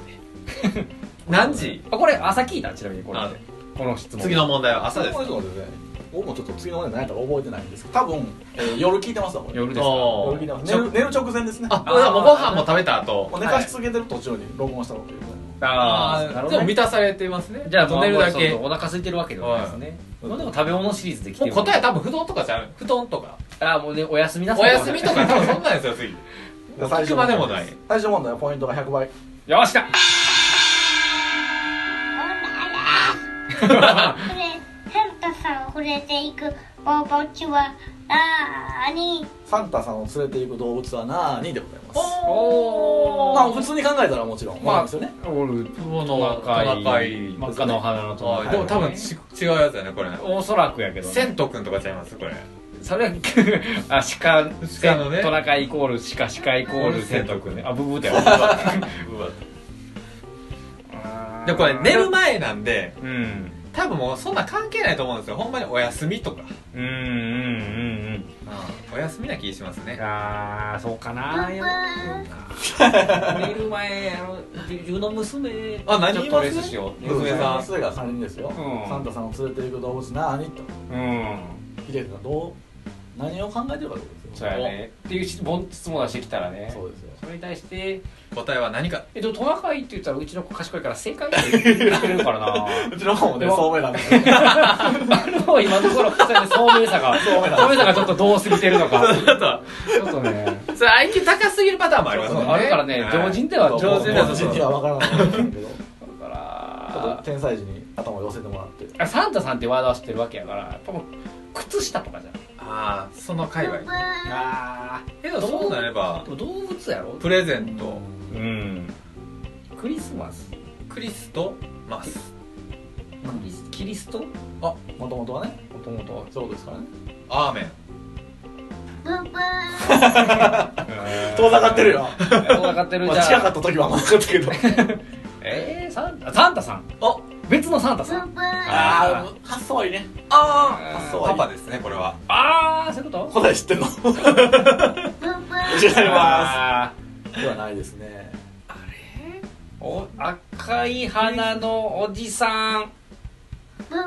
S3: えて何時
S1: あこれ朝聞いたちなみにこれ
S3: あ
S1: この質問
S3: 次の問題は朝です
S2: これそうですね僕もちょっと次の問題何やったら覚えてないんですけど多分、えー夜聞いてますわこれ
S1: 夜ですか
S3: お
S2: 夜聞いてます寝る寝る直前ですね
S3: あ、だからもうご飯も食べた後
S2: もう寝かし続けてる途中に録音したこという
S1: あーなるほ
S3: で
S1: ど
S3: も
S1: ね
S3: 満たされてますね
S1: じゃあもう
S3: 寝る
S1: そ
S3: だ
S1: うそう
S3: けも
S1: お腹空いてるわけではないですね
S2: はい
S1: まあでも食べ物シリーズできて
S3: う
S1: る
S3: 答え多分不動とかじゃん布団とか
S1: ああもうねおやすみなさ
S3: お
S1: い
S3: 休みとか多分そんなんですよ次
S2: じゃあ
S3: 聞くまでもない
S2: 最初問題はポイントが100倍
S1: よっしゃ
S5: これサンタさんを触れていくおぼちはなーに
S2: サンタさんを連れて行く動物は何でございます
S1: お
S2: まあ
S1: ー
S2: 普通に考えたらもちろん、まあ、ですよね
S1: おる
S3: 雲
S1: トナカイ真っ赤なお花のトナカイ
S3: でも多分ち違うやつだねこれ
S1: おそらくやけどね
S3: セント君とかちゃいますこれ
S1: それは あ鹿
S3: 鹿のね
S1: トナカイイコール鹿鹿イコールセント君ねあブブーって
S3: でこれ寝る前なんで
S1: うん
S3: 多分もうそんな関係ないと思うんですよほんまにお休みとか
S1: うんうんうんうん
S3: うんお休みな気しますね
S1: ああそうかな
S5: プ
S1: 寝る前あの自分の娘
S3: あ何
S1: ちょっ
S3: 言い
S1: と
S3: ま
S1: レ
S3: す
S1: ースしようって
S3: 娘さん
S2: 娘が3人ですよ、
S1: うん
S2: サンタさんを連れていく動物何と
S1: うん
S2: ヒデ君がどう何を考えてるかってことです
S1: そう
S2: よ
S1: やねっていう質問質問出してきたらね
S2: そうですよ
S1: それに対して
S3: 答えは何 か
S1: えっとトナカイって言ったらうちの子賢いから正解って言ってくれるからな
S2: うちの方もね
S1: でも
S2: そうめんなんですよね
S1: あの今のところそうやね聡明さが聡明さがちょっとどうすぎてるのかちょっとね
S3: それ IQ 高すぎるパターンもありますもんね
S1: あるからね
S3: はい
S1: 常人では
S2: そう
S3: 上手だぞ
S2: 凡人には分からないと思うん ですけど
S1: だか
S2: ちょっと
S1: ら
S2: 天才児に頭を寄せてもらって
S1: あサンタさんってワードは知ってるわけやからやっぱもう靴下とかじゃん
S3: ああその界隈
S1: あ
S3: けどそうなれば
S1: 動物やろ
S3: プレゼント
S1: うんクリスマス
S3: クリスとマス
S1: クリスキリストも
S2: もともとはね
S1: ともと
S2: そうですからね
S3: アーメン
S5: ププ
S2: 遠ざかってるよ
S1: 分か ってる
S2: ま
S1: じ
S2: あ近
S1: ゃ
S2: か
S1: あ
S2: った時は甘かった けど
S1: えー、サンタサンタさん
S3: あ
S1: 別のサンタさん
S5: プ
S1: あ
S2: ああ発想はいいね
S3: あ
S2: 発想
S3: あ
S2: はい
S3: パ
S2: い
S3: パですねこれは
S1: ああそういうこと
S2: 答え知ってんの違い
S5: プ
S2: ま
S1: あ
S2: すではないですね
S1: ーお赤い花のおじさん
S5: ププ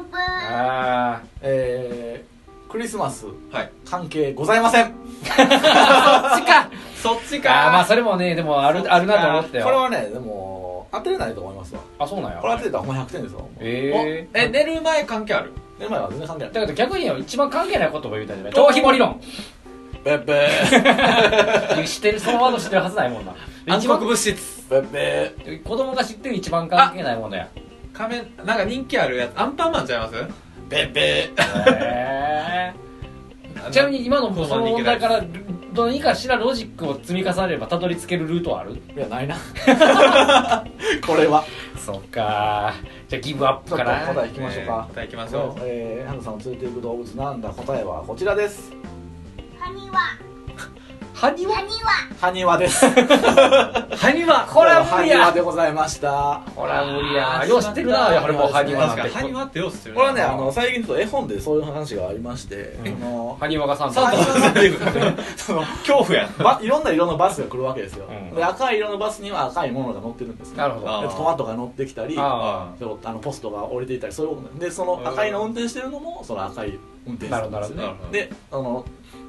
S1: あ
S2: えー、クリスマス
S3: はい
S2: 関係ございません
S1: あそっちか
S3: そっち
S1: あーまあ
S3: か
S1: それもねでもあるあるなと思ったよ
S2: これはねでも当てれないと思いますわ
S1: あそうなんや
S2: これ当てたらほんま100点ですよ
S1: ええ
S3: え寝る前関係ある
S2: 寝る前は全然関係ない
S1: だけど逆によ一番関係ない言葉言うたじゃない頭皮も理 論
S2: ベッベー
S1: 知ってるそのワード知ってるはずないもんな
S3: 暗
S1: 一
S3: 黒
S1: 番
S3: 物質
S2: ベッベ
S1: 子供が知ってる一番関係ないものや
S3: 仮面なんか人気あるやつアンパンマンちゃいます
S2: ーベッベ
S1: へーちなみに今のその問題からどうにかしらロジックを積み重ねればたどり着けるルートはある
S2: ーいやないな これは
S1: そっかじゃあギブアッ
S2: ちょ
S1: プ
S2: っと
S1: かな
S2: 答えいきましょうか
S3: えー、答えいきまし
S2: そう
S3: ょう
S2: えー、ハンドさんを連れていく動物なんだ答えはこちらです
S5: ハニワ
S1: ハニ
S5: ハ
S1: ワ
S5: ニワ
S2: ハニワです
S1: ハニワこれは
S2: ハ
S1: 無理
S2: ニワ
S1: や
S2: でございました
S1: これは無理
S3: あ
S1: や
S3: ー
S1: よう知ってるなやはりもうハニワ
S3: 確
S1: な
S3: か
S1: ん
S3: に
S1: て
S3: ハニワってよう知ってる
S2: これはねあの最近ちょっと絵本でそういう話がありまして、その
S1: ハニワがサン
S2: サ
S1: タ
S2: ンタさんその
S3: 恐怖 やん
S2: ばいろんな色のバスが来るわけですよ、
S1: うん
S2: で赤い色のバスには赤いものが乗ってるんですね
S1: なるほど
S3: あ
S2: でトマトが乗ってきたり
S1: あ
S3: あ
S2: そうあのポストが降りていたりそういうことなんででその赤いの運転してるのもその赤い運転手なんですよ
S3: なる
S2: ね
S3: ほど
S2: であの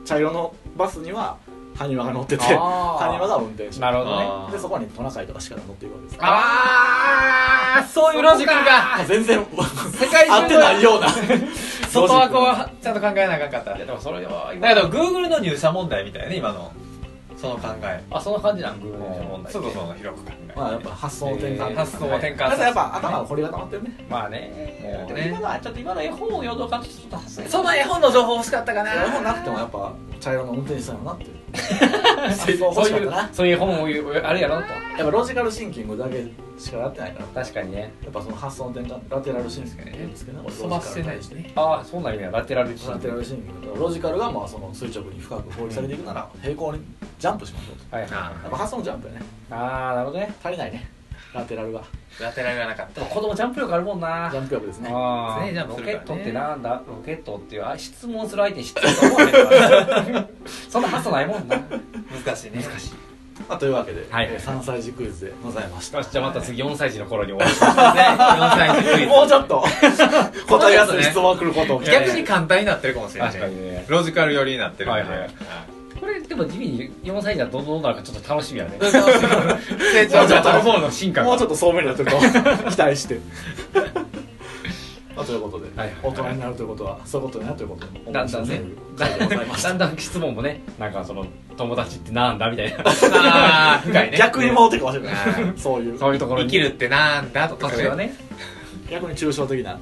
S2: 茶色のバスには埴輪が乗ってて
S1: あー
S2: 埴輪が運転して
S1: なるほどね
S3: あー
S2: でそこにトナカイとかシカが乗っていくわけですよ
S1: ああそういうロジックが
S2: あ全然
S1: 世界
S2: 合ってないような
S3: 外枠はちゃんと考えなあかんかった
S1: いやでもそれは
S3: だけど Google の入社問題みたいね今のその考え
S1: あその感じなんグーグルの問題
S3: ちょっとその広く考え
S2: まあやっぱ発想の転換、
S1: えー
S3: 発想を転換
S2: た
S3: さ
S2: だ
S3: せて
S2: やっぱ頭が凝り固まってるね
S1: まあね
S3: もう
S1: でも
S3: ね
S1: 今のはちょっと今の絵本を読んどかんとちょっと発生
S3: その絵本の情報欲しかったか
S2: それも
S3: な
S2: なくてもやっぱ茶色の運転手さんやなっ ていう発想欲しかったなや
S1: そういう本を言うあれやろと
S2: っぱロジカルシンキングだけしかやってないから
S1: 確かにね
S2: やっぱその発想の転換ラテラルシンキングって言うんですけどね
S3: 飛ばしてないしね
S1: ああそうなんやラテラルチ
S2: ラテラルシンキングとロジカルがまあその垂直に深く放りされていくなら平行にジャンプしましょうと
S1: はい
S3: あ
S2: やっぱ発想のジャンプやね
S1: ああなるほどね
S2: 足りないねラテラルが
S3: ーラテラルがなかった
S1: 子供ジャンプ力あるもんな
S2: ジャンプ力ですね
S1: あ
S3: ねジ
S1: あ
S3: ャン
S1: ロ
S3: プする
S1: ケ
S3: からね
S1: ットってなんだロケットっていうあ質問する相手に質問と思わへんからそんな発想ないもんな
S3: 難しいね難しい
S2: まあというわけで
S1: はい
S2: えー三歳児クイズでございました
S1: よしじゃあまた次4歳児の頃にお会いし
S2: も
S3: も
S2: うちょっ と答えやすい質問が来ることを期待
S3: 逆に簡単になってるかもしれない
S1: 確かにね
S3: ロジカル寄りになってるんで
S1: はいはいはいこれでも地味に4歳児はどうどうなるかちょっと楽しみ やね
S3: どうぞどうぞ成長
S2: ちょっと
S1: の方の進化が
S2: もうちょっとそうめんにな ってると期待 して。まあということで、
S1: はいはい
S2: 大人になるということはそういうことになるということも
S1: だんだんねだ
S2: 面白い回でございました
S1: んだん質問もねなんかその友達ってなんだみたい な
S3: あー深いね
S2: 逆にもうてかもしれない
S3: は
S2: そういう
S1: そういうところ
S3: 生
S1: に
S3: きるってなんだとか
S1: 特性はね
S2: 逆に抽象的な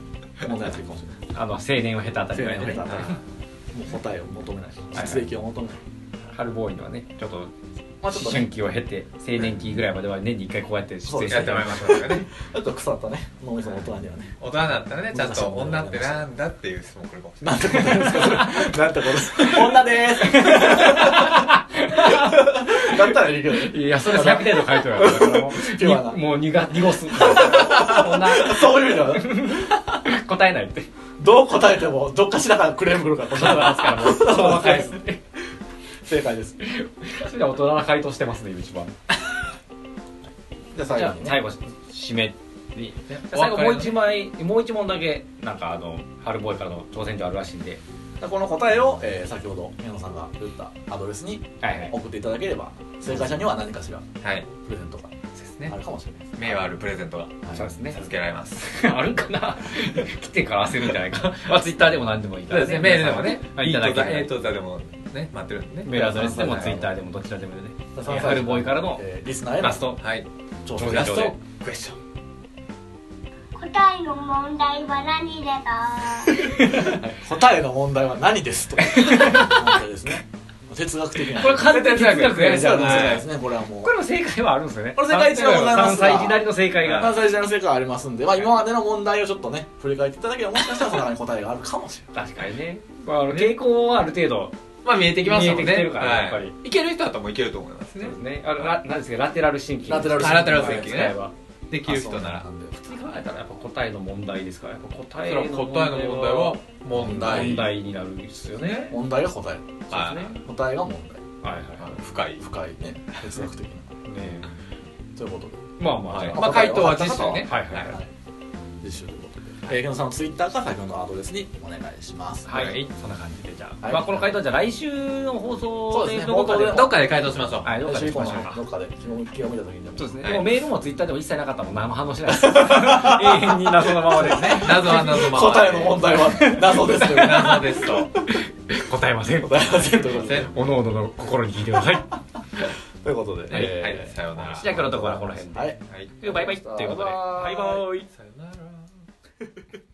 S2: 問題になってるかもしれない
S1: あの青年を経たあたりぐらいのね
S2: 青年を経たもう答えを求めない
S1: はい
S2: 実益を求めない、
S1: 春ボーイにはねちょっと
S2: まあちょっと
S1: 思春期を経て青年期ぐらいまでは年に1回こうやって出
S2: そう
S1: 演
S2: です
S3: やってもらいましょうかね
S2: ちょっと腐ったね脳みその大人にはね
S3: 大人になったらねちゃんと女ってなんだっていう質問来るかもしれない
S2: なんてことですかそれなんてことですか女でーすだったらいいけどね
S1: いやそれ100点の回答やからも
S2: ピュアな
S1: うにもう濁濁すそんな
S2: そういうのは
S1: 答えないって
S2: どう答えてもどっかしらからクレーム来るから
S1: そのまま返すって
S2: 正解です
S1: それは大人な回答してますね今一番
S6: じゃあ
S1: じ
S6: 最
S1: ゃあ
S6: 後にね
S1: 最後締めに最後もう一枚もう一問だけなんかあの春ボーイからの挑戦状あるらしいんで
S2: この答えを、えー先ほど宮野さんが言ったアドレスに
S1: はいはい
S2: 送っていただければ正解者には何かしら
S3: はい
S2: プレゼントが
S3: そうですね
S2: あるかもしれないです、
S3: 名はあるプレゼントが
S2: はい
S1: そうですね
S3: 授けられます
S1: あるかな来てから焦るんじゃないかまあツイッターでも何でもいいか
S3: そう
S1: ら、
S3: ですねメールでもね
S1: はいいただけ
S3: え
S1: れ
S3: ー
S1: ば
S3: とザでもね待ってるんでね
S1: メールアドレスでもツイッターでもどちらでもいいので
S2: じゃあ
S1: えー春ボーイからの
S2: えーリスナーへの
S1: ラスト
S3: はい
S2: 挑
S1: 挑
S2: 戦
S1: 戦
S3: ラ
S1: 状
S3: ス
S1: で
S3: トクエスチョン
S5: 答えの問題は何だか
S2: 答えの問題は何ですと問題ですね哲学的な
S1: これ完全に哲学や
S2: 哲
S1: じゃ
S2: 学
S1: ん
S2: の世界です
S1: こ
S2: ねこれはもう
S1: れも正解はあるんですよね
S2: これ正解一番ございま
S1: 3
S2: す
S1: 歳児なりの正解が
S2: 関西時代の成果ありますんで、まあ、今までの問題をちょっとね振り返っていただければもしかしたらその中に答えがあるかもしれない
S1: 確かにね、まあ、あの傾向はある程度
S3: まあ見えてきますもん
S1: 見
S3: ね
S1: えてきてるから
S3: はい
S1: やっぱり
S3: いける人だったらもういけると思いますね
S1: そうですねあのななんですかラテラルシンキング
S2: ラテラル
S3: シンキングラテラルシンキングね
S1: 使えば
S3: できる人な
S2: あ
S3: ら
S2: そうなんで
S1: 普通に考えたらやっぱ答えの問題ですからやっぱ答え
S3: そ
S1: の
S3: れは答えの問題は問題
S1: 問題になるんですよね
S2: 問題が答え
S1: そうで
S3: は
S1: すね
S2: 答えが問
S1: はいはい
S3: あ
S1: は
S3: の深い
S2: 題深いね哲学的ない
S1: ね
S2: ということで
S1: まあまあ、
S3: はい
S1: じゃ
S3: まあ回答は実習ね
S1: はいはい
S2: はい実習ということで、えー、ケンさんのツイッターか先ほどのアドレスにお願いします
S1: あはい、
S3: はい
S1: そんな感じでじゃあ、
S2: はい
S1: まあ、この回答はじゃあ来週の放
S2: そ
S1: 送
S2: うで
S1: で
S2: すね
S1: どこかで
S2: 放送
S3: どっかで回答しましょう
S1: はいどっか
S2: 来週
S1: で
S2: 以
S1: し
S2: 降
S1: ましょう
S2: の
S1: か
S2: どっかで気を見た時にでも
S1: そうですね、
S3: はい
S1: でもメールもツイッターでも一切なかったもん何も反応しないです永遠に謎のままですね
S3: 謎は謎まま
S2: 答えの問題は謎ですという答
S3: 謎ですと
S1: 答えません
S2: えませんということで
S1: おのおのの心に聞いてくだ さい
S2: ということで、
S3: はい
S2: えー
S3: はいさようなら
S1: じゃあ今日のところはこの辺で
S2: はい
S3: はい
S1: バイバイということで
S2: バイバイ
S1: バイバイ
S3: さよなら